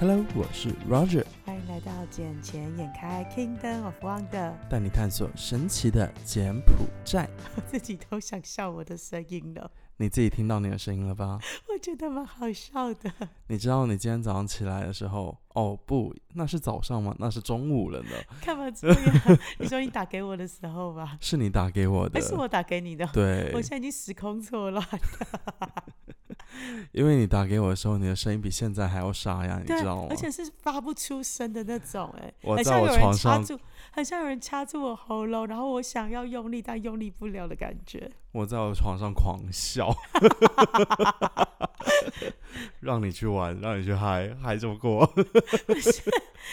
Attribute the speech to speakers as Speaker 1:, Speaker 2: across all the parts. Speaker 1: 哦
Speaker 2: 我是 Roger，
Speaker 1: 欢迎来到《眼前眼开 Kingdom of Wonder
Speaker 2: 带你探索神奇的柬埔寨。》，
Speaker 1: 我自己都想笑我的声音了，
Speaker 2: 你自己听到你的声音 了吧？
Speaker 1: 我觉得蛮好笑 的。
Speaker 2: 你知道你今天早上起来的时候，哦不，那是早上吗？那是中午了呢，
Speaker 1: 干嘛这样？你说你打给我的时候吧，
Speaker 2: 是你打给我的
Speaker 1: 还。是我打给你的？
Speaker 2: 对
Speaker 1: 我，现在已经时空错乱。
Speaker 2: 因为你打给我的时候，你的声音比现在还要沙哑，你
Speaker 1: 对啊
Speaker 2: 知道吗，
Speaker 1: 而？且是发不出声的那种、哎，
Speaker 2: 我
Speaker 1: 很
Speaker 2: 在
Speaker 1: 像
Speaker 2: 我
Speaker 1: 有人
Speaker 2: 床
Speaker 1: 掐
Speaker 2: 上
Speaker 1: 住，很像有人掐住我喉咙，然后我想要用力，但用力不了的感觉。
Speaker 2: 我在我床上狂笑， 让你去玩，让你去嗨，嗨这么过。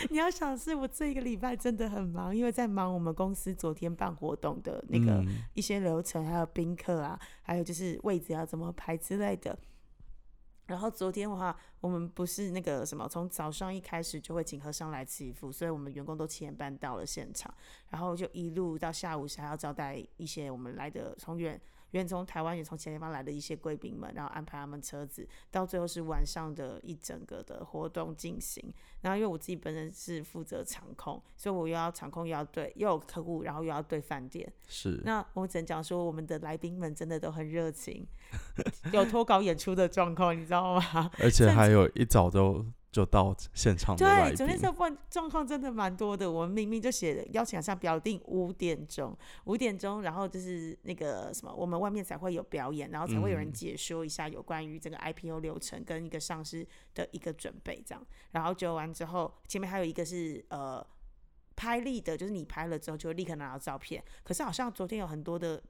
Speaker 1: 你要想是我这一个礼拜真的很忙，因为在忙我们公司昨天办活动的那个
Speaker 2: 嗯
Speaker 1: 一些流程，还有宾客啊，还有就是位置要怎么排之类的。然后昨天的话，我们不是那个什么，从早上一开始就会请和尚来吃一副，所以我们员工都七点半到了现场，然后就一路到下午还要招待一些我们来的从远远从台湾也从其他地方来的一些贵宾们，然后安排他们车子，到最后是晚上的一整个的活动进行。然后因为我自己本身是负责场控，所以我又要场控，又要对又有客户，然后又要对饭店，
Speaker 2: 是，
Speaker 1: 那我只能讲说，我们的来宾们真的都很热情， 有脱稿演出的状况，你知道吗？
Speaker 2: 而且
Speaker 1: 甚
Speaker 2: 还有一早就就到现场的来
Speaker 1: 对，昨
Speaker 2: 宾
Speaker 1: 天，这状状况真的蛮多的。我们明明就写了邀请上表定五点钟，五点钟，然后就是那个什么，我们外面才会有表演，然后才会有
Speaker 2: 嗯
Speaker 1: 人解说一下有关于这个 IPO 流程跟一个上市的一个准备这样。然后就完之后，前面还有一个是呃拍立得，就是你拍了之后就立刻拿到照片。可是好像昨天有很多的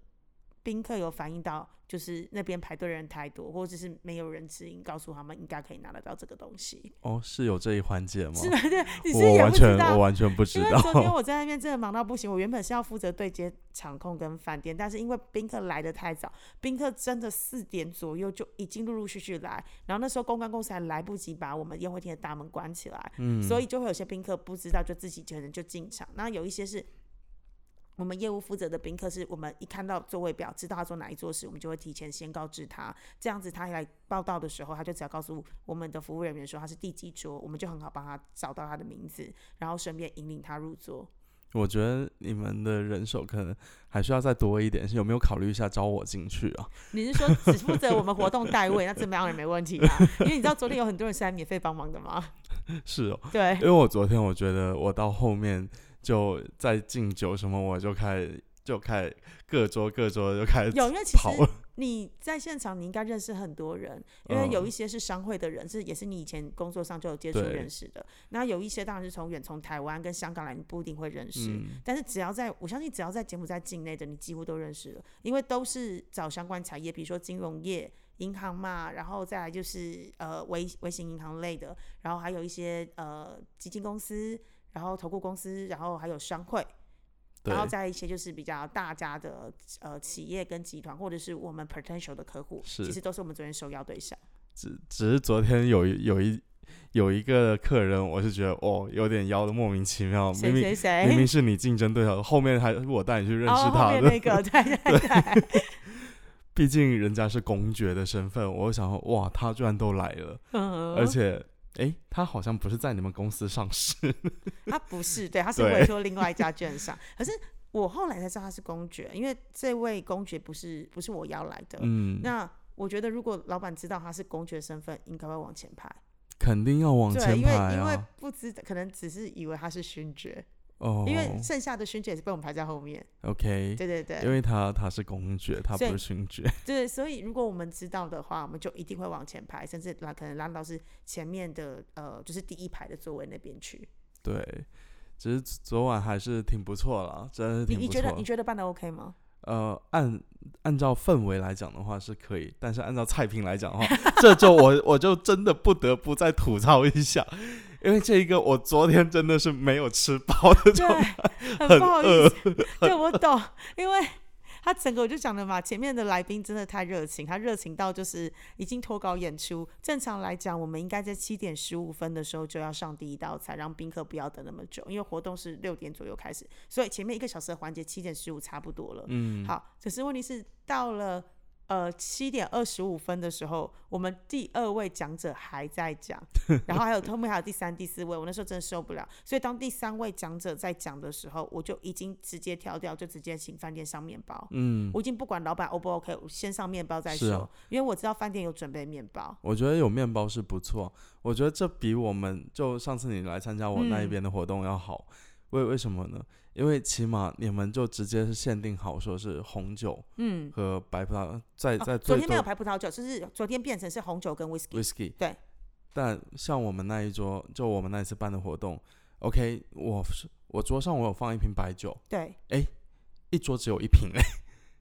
Speaker 1: 宾客有反映到，就是那边排队人太多，或者是没有人指引告诉他们应该可以拿得到这个东西。
Speaker 2: 哦，是有这一环节吗？
Speaker 1: 是的，对，你是不是
Speaker 2: 我
Speaker 1: 也
Speaker 2: 哦完
Speaker 1: 不知
Speaker 2: 全
Speaker 1: 道
Speaker 2: 我。完全不知
Speaker 1: 因为昨天
Speaker 2: 道，
Speaker 1: 我在那边真的忙到不行，我原本是要负责对接场控跟饭店，但是因为宾客来的太早，宾客真的四点左右就已经陆陆续续来，然后那时候公关公司还来不及把我们宴会厅的大门关起来，
Speaker 2: 嗯，
Speaker 1: 所以就会有些宾客不知道，就自己可能就进场。那有一些是我们业务负责的宾客，是我们一看到座位表知道他坐哪一桌时，我们就会提前先告知他。这样子他来报到的时候，他就只要告诉我们的服务人员说他是第几桌，我们就很好帮他找到他的名字，然后顺便引领他入座。
Speaker 2: 我觉得你们的人手可能还需要再多一点，有没有考虑一下招我进去啊？
Speaker 1: 你是说只负责我们活动代位，那 这当然没问题啦、因为你知道昨天有很多人是来免费帮忙的 嘛。
Speaker 2: 是哦，
Speaker 1: 对
Speaker 2: 因，为我昨天我觉得我到后面就在敬酒什么，我就开就开各桌各桌就开始
Speaker 1: 有，因为其实
Speaker 2: 跑了，
Speaker 1: 你在现场，你应该认识很多人，因为
Speaker 2: 嗯
Speaker 1: 有一些是商会的人，是也是你以前工作上就有接触
Speaker 2: 对
Speaker 1: 认识的。那有一些当然是从远从台湾跟香港来，你不一定会认识。
Speaker 2: 嗯，
Speaker 1: 但是只要在我相信，只要在柬埔寨境内的，你几乎都认识了，因为都是找相关产业，比如说金融业、银行嘛，然后再来就是呃微微型银行类的，然后还有一些呃基金公司，然后投顾公司，然后还有商会。
Speaker 2: 对
Speaker 1: 然，后再一些就是比较大家的呃企业跟集团，或者是我们 potential 的客户，
Speaker 2: 是
Speaker 1: 其实都是我们昨天首要对象。
Speaker 2: 只只是昨天有一有一有一个客人，我是觉得哦有点妖的莫名其妙，哦明
Speaker 1: 谁
Speaker 2: 明
Speaker 1: 谁
Speaker 2: 明
Speaker 1: 谁
Speaker 2: 明？是你竞争对手，后面还是我带你去认识
Speaker 1: 哦，后
Speaker 2: 他
Speaker 1: 面
Speaker 2: 的。
Speaker 1: 那个，对对 对，
Speaker 2: 毕竟人家是公爵的身份，我想说哇，他居然都来了，
Speaker 1: 嗯，
Speaker 2: 而且诶，他好像不是在你们公司上 市，
Speaker 1: 他不是，对，他是
Speaker 2: 对
Speaker 1: 委托另外一家券商，可是。我后来才知道他是公爵，因为这位公爵不是不是我要来的。
Speaker 2: 嗯，
Speaker 1: 那我觉得如果老板知道他是公爵身份，应该会往前排。
Speaker 2: 肯定要往
Speaker 1: 对，
Speaker 2: 前
Speaker 1: 因为
Speaker 2: 排
Speaker 1: 因为
Speaker 2: 啊，
Speaker 1: 不知道，可能只是以为他是勋爵，
Speaker 2: 哦，
Speaker 1: 因为剩下的勋爵也是被我们排在后面。
Speaker 2: OK，
Speaker 1: 对对对，
Speaker 2: 因为他他是公爵，他不
Speaker 1: 所以
Speaker 2: 是勋爵，
Speaker 1: 对，所以如果我们知道的话，我们就一定会往前排，甚至拉可能拉到是前面的呃，就是第一排的座位那边去。
Speaker 2: 对，只是昨晚还是挺不错啦，真的是
Speaker 1: 你
Speaker 2: 挺
Speaker 1: 你
Speaker 2: 不
Speaker 1: 觉得你
Speaker 2: 错。
Speaker 1: 觉得办的 OK 吗？
Speaker 2: 呃，按按照氛围来讲的话是可以，但是按照菜品来讲的话，这就我我就真的不得不再吐槽一下，因为这一个我昨天真的是没有吃饱 的
Speaker 1: 对
Speaker 2: 状，
Speaker 1: 很不好意思， 对我懂，因为他整个我就讲了嘛，前面的来宾真的太热情，他热情到就是已经脱稿演出。正常来讲，我们应该在七点十五分的时候就要上第一道菜，让宾客不要等那么久，因为活动是六点左右开始，所以前面一个小时的环节七点十五差不多了。
Speaker 2: 嗯，
Speaker 1: 好，可是问题是到了。呃七点二十五分的时候，我们第二位讲者还在 讲，然后还有后面还有第三、第四位，我那时候真的受不了，所以当第三位讲者在讲的时候，我就已经直接跳掉，就直接请饭店上面包，
Speaker 2: 嗯，
Speaker 1: 我已经不管老板 O 不 OK，我先上面包再
Speaker 2: 是
Speaker 1: 说，
Speaker 2: 啊
Speaker 1: 因为我知道饭店有准备面包。
Speaker 2: 我觉得有面包是不错，我觉得这比我们就上次你来参加我那一
Speaker 1: 嗯
Speaker 2: 边的活动要好。为为什么呢？因为起码你们就直接是限定好，说是红酒
Speaker 1: 嗯，
Speaker 2: 和白葡萄，再
Speaker 1: 哦
Speaker 2: 再
Speaker 1: 昨
Speaker 2: 最
Speaker 1: 天没有
Speaker 2: 多
Speaker 1: 排葡萄酒，就是昨天变成是红酒跟 whisky。
Speaker 2: whisky。
Speaker 1: 对。
Speaker 2: 但像我们那一桌，就我们那一次办的活动，OK，我是我桌上我有放一瓶白酒，
Speaker 1: 对，
Speaker 2: 一桌只有一瓶哎，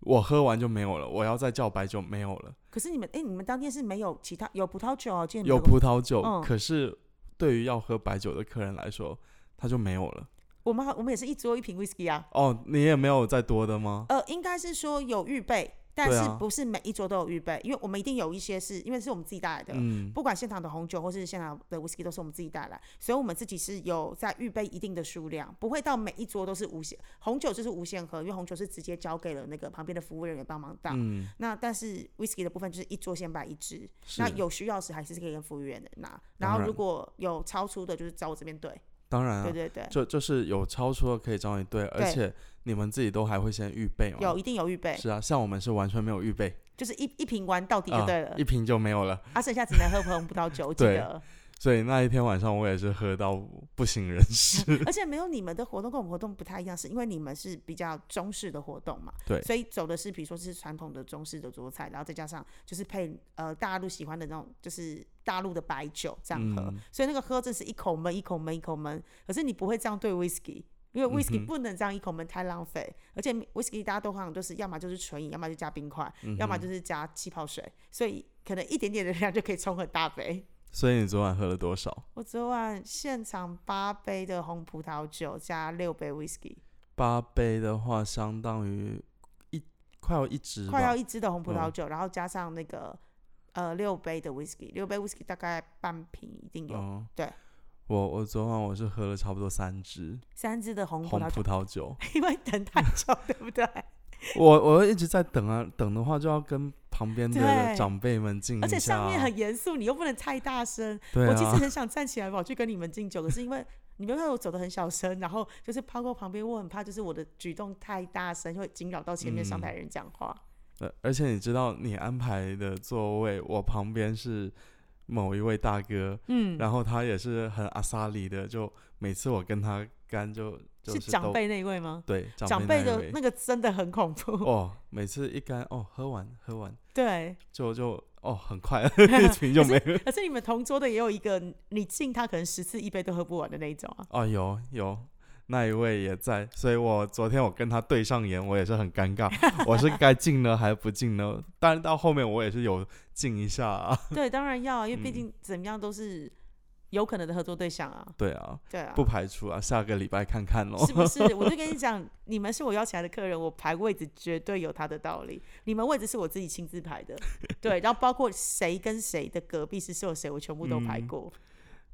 Speaker 2: 我喝完就没有了，我要再叫白酒没有了。
Speaker 1: 可是你们哎、你们当天是没有其他有葡萄酒哦，今天
Speaker 2: 有
Speaker 1: 葡，
Speaker 2: 葡萄酒，
Speaker 1: 嗯
Speaker 2: 可是对于要喝白酒的客人来说，他就没有了。
Speaker 1: 我们好我们也是一桌一瓶 whisky 啊。
Speaker 2: 哦，你也没有再多的吗？
Speaker 1: 呃，应该是说有预备，但
Speaker 2: 对
Speaker 1: 是
Speaker 2: 啊
Speaker 1: 不是每一桌都有预备，因为我们一定有一些是因为是我们自己带来的，
Speaker 2: 嗯，
Speaker 1: 不管现场的红酒或是现场的 whisky 都是我们自己带来，所以我们自己是有在预备一定的数量，不会到每一桌都是无限红酒就是无限喝，因为红酒是直接交给了那个旁边的服务人员帮忙倒。
Speaker 2: 嗯，
Speaker 1: 那但是 whisky 的部分就是一桌先摆一支，
Speaker 2: 是
Speaker 1: 那。有需要时还是可以跟服务员的拿，然
Speaker 2: 当
Speaker 1: 后
Speaker 2: 然
Speaker 1: 如果有超出的，就是找我这边对，
Speaker 2: 当然
Speaker 1: 对
Speaker 2: 啊，
Speaker 1: 对对，
Speaker 2: 就就是有超出的可以找你对，而
Speaker 1: 对
Speaker 2: 且你们自己都还会先预备嘛。
Speaker 1: 有一定有预备，
Speaker 2: 是啊，像我们是完全没有预备，
Speaker 1: 就是一一瓶完到底
Speaker 2: 啊
Speaker 1: 就对了，
Speaker 2: 一瓶就没有了。
Speaker 1: 啊，剩下只能喝红葡萄酒，我记
Speaker 2: 对
Speaker 1: 得，
Speaker 2: 所以那一天晚上我也是喝到不省人 事。
Speaker 1: 而且没有你们的活动跟我们活动不太一样，是因为你们是比较中式的活动嘛，
Speaker 2: 对
Speaker 1: 所以走的是比如说是传统的中式的桌菜，然后再加上就是配呃大陆喜欢的那种就是大陆的白酒这样喝，
Speaker 2: 嗯
Speaker 1: 所以那个喝真是一口闷一口闷一口闷，可是你不会这样对 whisky。因为
Speaker 2: 嗯
Speaker 1: whisky 不能这样一口闷，太浪费。而且 whisky 大家都好像都是要么就是纯饮，要么就加冰块，
Speaker 2: 嗯
Speaker 1: 要么就是加气泡水，所以可能一点点的量就可以冲很大杯。
Speaker 2: 所以你昨晚喝了多少？
Speaker 1: 我昨晚现场八杯的红葡萄酒加六杯 whisky，
Speaker 2: 八杯的话，相当于一快要一支吧，
Speaker 1: 快要一支的红葡
Speaker 2: 嗯
Speaker 1: 萄酒，然后加上那个呃六杯的 whisky，六杯 whisky 大概半瓶一定有，
Speaker 2: 嗯，
Speaker 1: 对。
Speaker 2: 我我昨晚我是喝了差不多三支
Speaker 1: 三支的红葡
Speaker 2: 红
Speaker 1: 萄酒，
Speaker 2: 葡萄酒，
Speaker 1: 因为等太久，对不 对？
Speaker 2: 我我一直在等啊，等的话就要跟旁边的
Speaker 1: 对
Speaker 2: 长辈们敬一下啊，
Speaker 1: 而且上面很严肃，你又不能太大声。
Speaker 2: 对
Speaker 1: 我其实
Speaker 2: 啊，
Speaker 1: 很想站起来跑去跟你们敬酒，可是因为你们看我走得很小声，然后就是抛过旁边，我很怕就是我的举动太大声，会惊扰到前面上
Speaker 2: 嗯
Speaker 1: 台人讲话。
Speaker 2: 呃而且你知道你安排的座位，我旁边是某一位大哥，
Speaker 1: 嗯，
Speaker 2: 然后他也是很阿萨里的，就每次我跟他干就就是是
Speaker 1: 长
Speaker 2: 都
Speaker 1: 辈那一位吗？
Speaker 2: 对
Speaker 1: 长
Speaker 2: 辈
Speaker 1: 辈
Speaker 2: 那一
Speaker 1: 的
Speaker 2: 位
Speaker 1: 那个真的很恐 怖，
Speaker 2: 哦，每次一干哦喝完喝完
Speaker 1: 对。
Speaker 2: 就就哦很 快一瓶就没了，
Speaker 1: 可是你们同桌的也有一个，你敬他可能十次一杯都喝不完的那一种啊。
Speaker 2: 哦，有有，那一位也在，所以我昨天我跟他对上眼，我也是很尴尬，我是该进呢还不进呢？当然到后面我也是有进一下、啊，
Speaker 1: 对，当然要啊，因为毕
Speaker 2: 嗯
Speaker 1: 竟怎么样都是有可能的合作对象啊。
Speaker 2: 对啊，
Speaker 1: 对啊，
Speaker 2: 不排除啊，下个礼拜看看咯。
Speaker 1: 是不是？我就跟你讲，你们是我邀请来的客人，我排位置绝对有他的道理。你们位置是我自己亲自排 的，对。然后包括谁跟谁的隔壁是是有谁，我全部都排
Speaker 2: 嗯
Speaker 1: 过。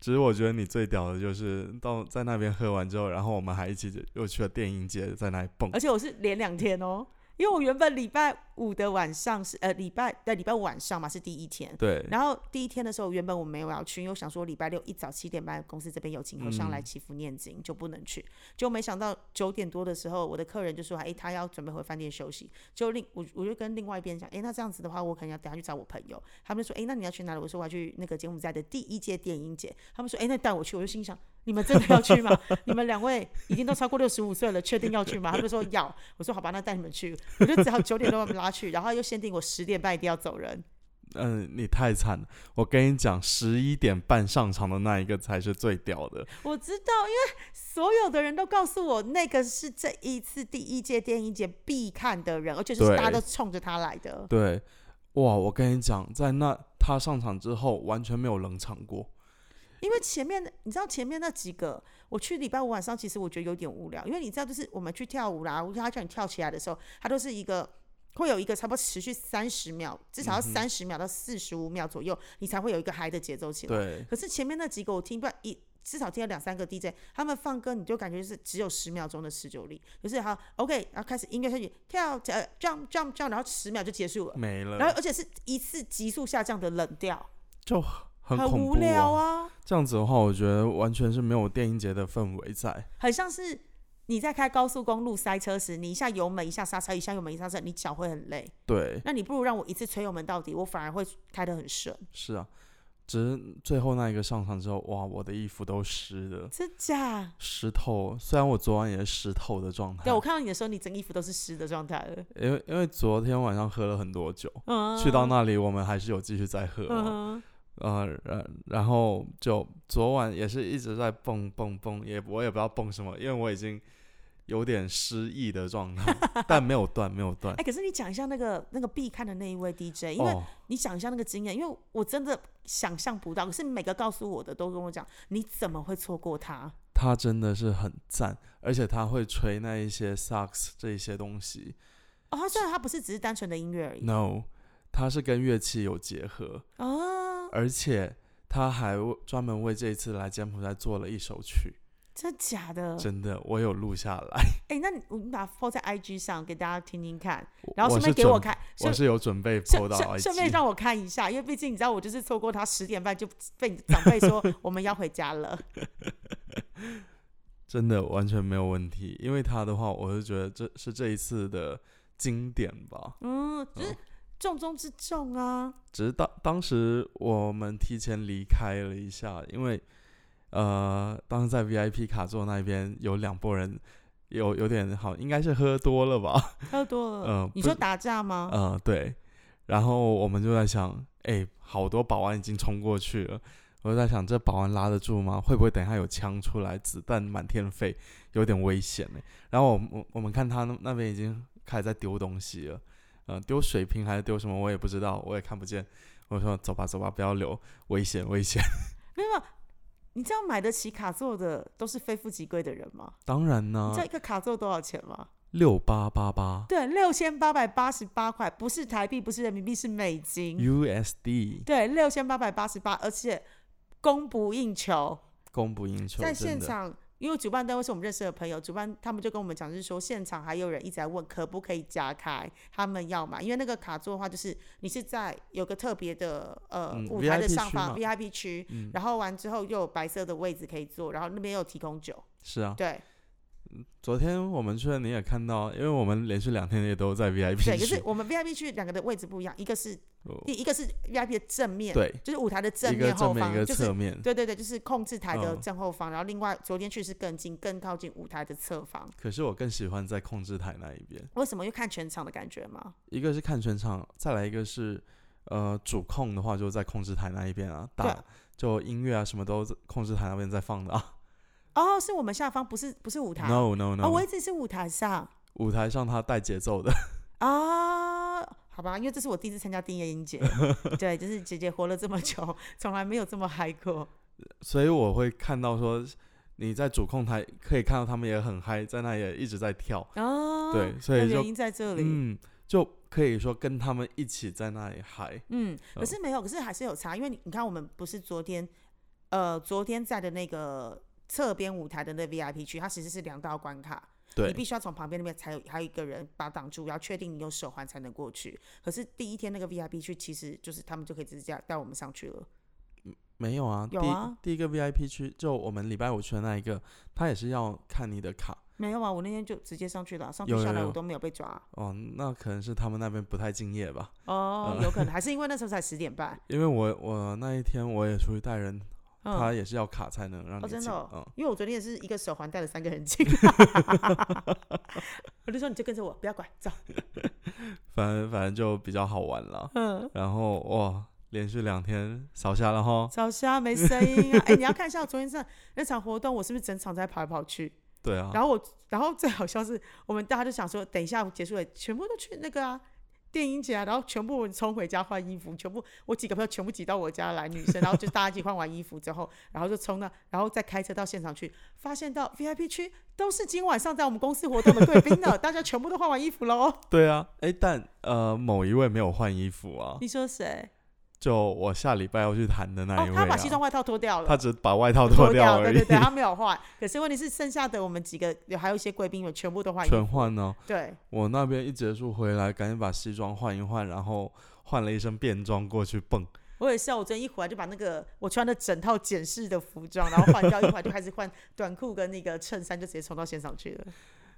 Speaker 2: 只是我觉得你最屌的就是到在那边喝完之后，然后我们还一起又去了电影节，在那里蹦
Speaker 1: 而。且我是连两天哦，因为我原本礼拜五的晚上是呃礼拜对礼拜五晚上嘛是第一天，
Speaker 2: 对，
Speaker 1: 然后第一天的时候，原本我没有要去，因为我想说礼拜六一早七点半公司这边有请和尚来
Speaker 2: 嗯
Speaker 1: 祈福念经，就不能去。就没想到九点多的时候，我的客人就说：“哎，他要准备回饭店休息。”就另我我就跟另外一边讲：“哎，那这样子的话，我可能要等下去找我朋友。”他们就说：“哎，那你要去哪里？”我说：“我要去那个柬埔寨的第一届电音节。”他们说：“哎，那带我去。”我就心想：“你们真的要去吗？ 你们两位已经都超过六十五岁了，确定要去吗？”他们就说：“要。”我说：“好吧，那带你们去。”我就只好九点多把他们拉去，然后又限定我十点半一定要走人。
Speaker 2: 嗯、你太惨了。我跟你讲，十一点半上场的那一个才是最屌的。
Speaker 1: 我知道，因为所有的人都告诉我，那个是这一次第一届电影节必看的人，而且就是
Speaker 2: 对
Speaker 1: 大家都冲着他来的。
Speaker 2: 对，哇，我跟你讲，在那他上场之后完全没有冷场过。
Speaker 1: 因为前面的你知道前面那几个，我去礼拜五晚上，其实我觉得有点无聊，因为你知道，就是我们去跳舞啦，他叫你跳起来的时候，他都是一个。会有一个差不多持续三十秒，至少要三十秒到四十五秒左右，你才会有一个嗨的节奏起来。
Speaker 2: 对，
Speaker 1: 可是前面那几个我听不一至少听了两三个 DJ，他们放歌你就感觉是只有十秒钟的持久力，就是好 OK，然后开始音乐下去跳呃 jump jump jump，然后十秒就结束了，
Speaker 2: 没了，
Speaker 1: 然后而且是一次急速下降的冷调，
Speaker 2: 就很恐怖、哦
Speaker 1: 无聊啊。
Speaker 2: 这样子的话，我觉得完全是没有电音节的氛围在。
Speaker 1: 很像是你在开高速公路塞车时，你一下油门，一下刹车，一下油门，一下刹车，你脚会很累。
Speaker 2: 对，
Speaker 1: 那你不如让我一次吹油门到底，我反而会开得很顺。
Speaker 2: 是啊，只是最后那一个上场之后，哇，我的衣服都湿的，
Speaker 1: 真假？
Speaker 2: 湿透。虽然我昨晚也是湿透的状态
Speaker 1: 对，我看到你的时候，你整个衣服都是湿的状态了。
Speaker 2: 因为因为昨天晚上喝了很多酒，
Speaker 1: 嗯，
Speaker 2: 去到那里我们还是有继续在喝嘛、
Speaker 1: 嗯，
Speaker 2: 呃，然然后就昨晚也是一直在蹦蹦蹦，也我也不知道蹦什么，因为我已经有点失忆的状态， 但没有断，没有断
Speaker 1: 哎、。可是你讲一下那个那个必看的那一位 DJ，因为
Speaker 2: 哦，
Speaker 1: 你讲一下那个经验，因为我真的想象不到。可是每个告诉我的都跟我讲，你怎么会错过他？
Speaker 2: 他真的是很赞，而且他会吹那一些 sax 这一些东西。
Speaker 1: 哦，他虽然他不是只是单纯的音乐而已
Speaker 2: No，他是跟乐器有结合，
Speaker 1: 啊，
Speaker 2: 而且他还为专门为这一次来柬埔寨做了一首曲，
Speaker 1: 真假的？
Speaker 2: 真的我有录下来。
Speaker 1: 哎、那你我们把它 po 在 IG 上给大家听听看，然后
Speaker 2: 我
Speaker 1: 顺便
Speaker 2: 是
Speaker 1: 给我
Speaker 2: 准，
Speaker 1: 看，
Speaker 2: 我
Speaker 1: 顺
Speaker 2: 是有准备 PO
Speaker 1: 顺
Speaker 2: 到
Speaker 1: 顺顺便
Speaker 2: IG。
Speaker 1: 让我看一下，因为毕竟你知道我就是错过他十点半就被你长辈 说我们要回家了，
Speaker 2: 真的完全没有问题，因为他的话，我是觉得这是这一次的经典吧。
Speaker 1: 嗯，
Speaker 2: 哦
Speaker 1: 就是重中之重啊，
Speaker 2: 只是当当时我们提前离开了一下，因为呃，当时在 VIP 卡座那边有两拨人，有有点好，应该是喝多了吧？
Speaker 1: 喝多了，
Speaker 2: 嗯
Speaker 1: 你
Speaker 2: 不
Speaker 1: 说
Speaker 2: 是
Speaker 1: 打架吗？
Speaker 2: 嗯、对。然后我们就在想，哎、好多保安已经冲过去了。我就在想，这保安拉得住吗？会不会等一下有枪出来，子弹满天飞，有点危险呢、然后我们我我们看他那那边已经开始在丢东西了，嗯、丢水瓶还是丢什么，我也不知道，我也看不见。我说走吧走吧，不要留，危险危险。
Speaker 1: 没有，你知道买得起卡座的都是非富即贵的人吗？
Speaker 2: 当然呢
Speaker 1: 你知，道一个卡座多少钱吗？
Speaker 2: 六八八八
Speaker 1: 对，六千八百八十八块，不是台币，不是人民币，是美金，
Speaker 2: USD
Speaker 1: 对，六千八百八十八，而且供不应求。
Speaker 2: 供不应求，
Speaker 1: 在
Speaker 2: 真
Speaker 1: 现
Speaker 2: 的
Speaker 1: 场，因为主办单位是我们认识的朋友，主办他们就跟我们讲，是说现场还有人一直在问可不可以加开，他们要买，因为那个卡座的话，就是你是在有个特别的呃、
Speaker 2: 嗯
Speaker 1: 舞台的
Speaker 2: VIP
Speaker 1: 上方
Speaker 2: 区
Speaker 1: VIP 区，
Speaker 2: 嗯
Speaker 1: 然后完之后又有白色的位置可以坐，然后那边又有提供酒，
Speaker 2: 是啊。
Speaker 1: 对
Speaker 2: 昨天我们去了，你也看到，因为我们连续两天也都在 VIP
Speaker 1: 对，可
Speaker 2: 区
Speaker 1: 是我们 VIP 区两个的位置不一样，一个是
Speaker 2: 哦
Speaker 1: 第一个是 VIP 的正面，
Speaker 2: 对，
Speaker 1: 就是舞台的正
Speaker 2: 一个
Speaker 1: 面
Speaker 2: 正
Speaker 1: 后
Speaker 2: 面一
Speaker 1: 方，
Speaker 2: 个
Speaker 1: 就是
Speaker 2: 侧面，
Speaker 1: 对对对，就是控制台的
Speaker 2: 嗯
Speaker 1: 正后方，然后另外昨天去是更近，更靠近舞台的侧方。
Speaker 2: 可是我更喜欢在控制台那一边，
Speaker 1: 为什么？又看全场的感觉吗？
Speaker 2: 一个是看全场，再来一个是呃主控的话就在控制台那一边啊，
Speaker 1: 对
Speaker 2: 打就音乐啊什么都在控制台那边在放的啊。
Speaker 1: 哦，是我们下方，不是不是舞台。
Speaker 2: No no no，、
Speaker 1: 哦，我一直是舞台上
Speaker 2: 舞台上它带节奏的，
Speaker 1: 啊。好吧，因为这是我第一次参加第一音 节，对，就是姐姐活了这么久，从来没有这么嗨过。
Speaker 2: 所以我会看到说你在主控台可以看到他们也很嗨，在那也一直在跳，
Speaker 1: 哦，
Speaker 2: 对所以
Speaker 1: 那
Speaker 2: 就
Speaker 1: 原因在这里。嗯
Speaker 2: 嗯，就可以说跟他们一起在那里嗨。
Speaker 1: 嗯可是没有，可是还是有差，因为你你看，我们不是昨天，呃，昨天在的那个侧边舞台的那 VIP 区，它其实是两道关卡，你
Speaker 2: 对
Speaker 1: 必须要从旁边那边才有还有一个人把挡住，要确定你有手环才能过去。可是第一天那个 VIP 区，其实就是他们就可以直接带我们上去了。
Speaker 2: 没有啊，
Speaker 1: 有
Speaker 2: 第一
Speaker 1: 啊
Speaker 2: 第一个 VIP 区就我们礼拜五去的那一个，他也是要看你的卡。
Speaker 1: 没有啊，我那天就直接上去了，啊上去
Speaker 2: 有有
Speaker 1: 下来
Speaker 2: 有
Speaker 1: 我都没有被抓。啊
Speaker 2: 哦，那可能是他们那边不太敬业吧，
Speaker 1: 哦，
Speaker 2: 嗯
Speaker 1: 有可能还是因为那时候才十点半。
Speaker 2: 因为我我那一天我也出去带人，
Speaker 1: 嗯，
Speaker 2: 他也是要卡才能让你
Speaker 1: 哦，
Speaker 2: 进，
Speaker 1: 真的、哦
Speaker 2: 嗯，
Speaker 1: 因为我昨天也是一个手环带了三个人 进我就说你就跟着我，不要管，走。
Speaker 2: 反正反正就比较好玩了。
Speaker 1: 嗯，
Speaker 2: 然后哇，连续两天扫瞎了哈，
Speaker 1: 早虾没声音啊！哎、你要看一下我昨天这那场活动，我是不是整场在跑来跑去？
Speaker 2: 对啊，
Speaker 1: 然后我，然后最好笑是我们大家就想说，等一下结束了，全部都去那个啊 电影节啊，然后全部人冲回家换衣服，全部我几个朋友全部挤到我家来，女生，然后就大家一起换完衣服之后，然后就冲那，然后再开车到现场去，发现到 VIP 区都是今晚上在我们公司活动的贵宾呢，大家全部都换完衣服喽。哦
Speaker 2: 对啊，哎，但呃某一位没有换衣服啊，
Speaker 1: 你说谁？
Speaker 2: 就我下礼拜要去谈的那
Speaker 1: 哦
Speaker 2: 一，位、啊
Speaker 1: 他把西装外套脱掉了，
Speaker 2: 他只把外套
Speaker 1: 脱
Speaker 2: 掉
Speaker 1: 对
Speaker 2: 而已，
Speaker 1: 对对，他没有换。可是问题是，剩下的我们几个有还有一些贵宾们全部都换衣
Speaker 2: 全
Speaker 1: 服，
Speaker 2: 换哦。
Speaker 1: 对，
Speaker 2: 我那边一结束回来，赶紧把西装换一换，然后换了一身便装过去蹦。
Speaker 1: 我也是啊，我昨天一回来就把那个我穿的整套简式的服装，然后换掉，一回来就开始换短裤跟那个衬衫，就直接冲到现场去了。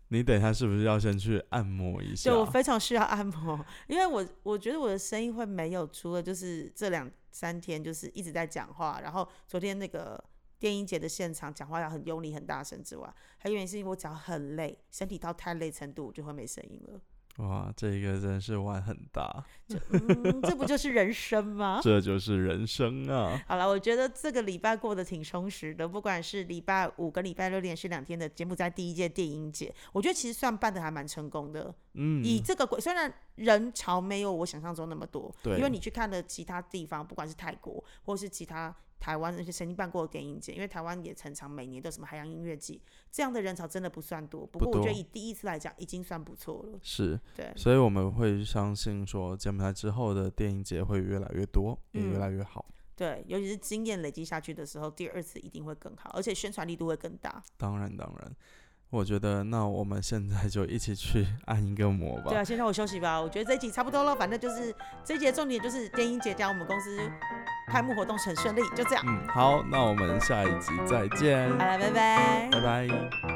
Speaker 2: 你等一下是不是要先去按摩一下
Speaker 1: 就？我非常需要按摩，因为我我觉得我的声音会没有，除了就是这两三天就是一直在讲话，然后昨天那个电音节的现场讲话要很用力、很大声之外，还有一原因是因为我讲很累，身体到太累程度，我就会没声音了。
Speaker 2: 哇，这个真是玩很大，
Speaker 1: 就嗯，这不就是人生吗？
Speaker 2: 这就是人生啊！
Speaker 1: 好了，我觉得这个礼拜过得挺充实的，不管是礼拜五跟礼拜六连续两天的柬埔寨第一届电影节，我觉得其实算办的还蛮成功的。
Speaker 2: 嗯，
Speaker 1: 以这个规虽然人潮没有我想象中那么多，
Speaker 2: 对
Speaker 1: 因为你去看了其他地方，不管是泰国或是其他台湾那些曾经办过的电影节，因为台湾也常常每年都有什么海洋音乐季，这样的人潮真的不算多。不过
Speaker 2: 不
Speaker 1: 我觉得
Speaker 2: 多
Speaker 1: 以第一次来讲，已经算不错了。
Speaker 2: 是，
Speaker 1: 对，
Speaker 2: 所以我们会相信说，柬埔寨之后的电影节会越来越多，也越
Speaker 1: 嗯
Speaker 2: 来越好。
Speaker 1: 对，尤其是经验累积下去的时候，第二次一定会更好，而且宣传力度会更大。
Speaker 2: 当然，当然，我觉得那我们现在就一起去按一个摩吧。
Speaker 1: 对啊，先让我休息吧。我觉得这一集差不多了，反正就是这一集的重点就是电音节加我们公司开幕活动很顺利，就这样。
Speaker 2: 嗯，好，那我们下一集再见，
Speaker 1: 好了，拜拜
Speaker 2: 拜拜。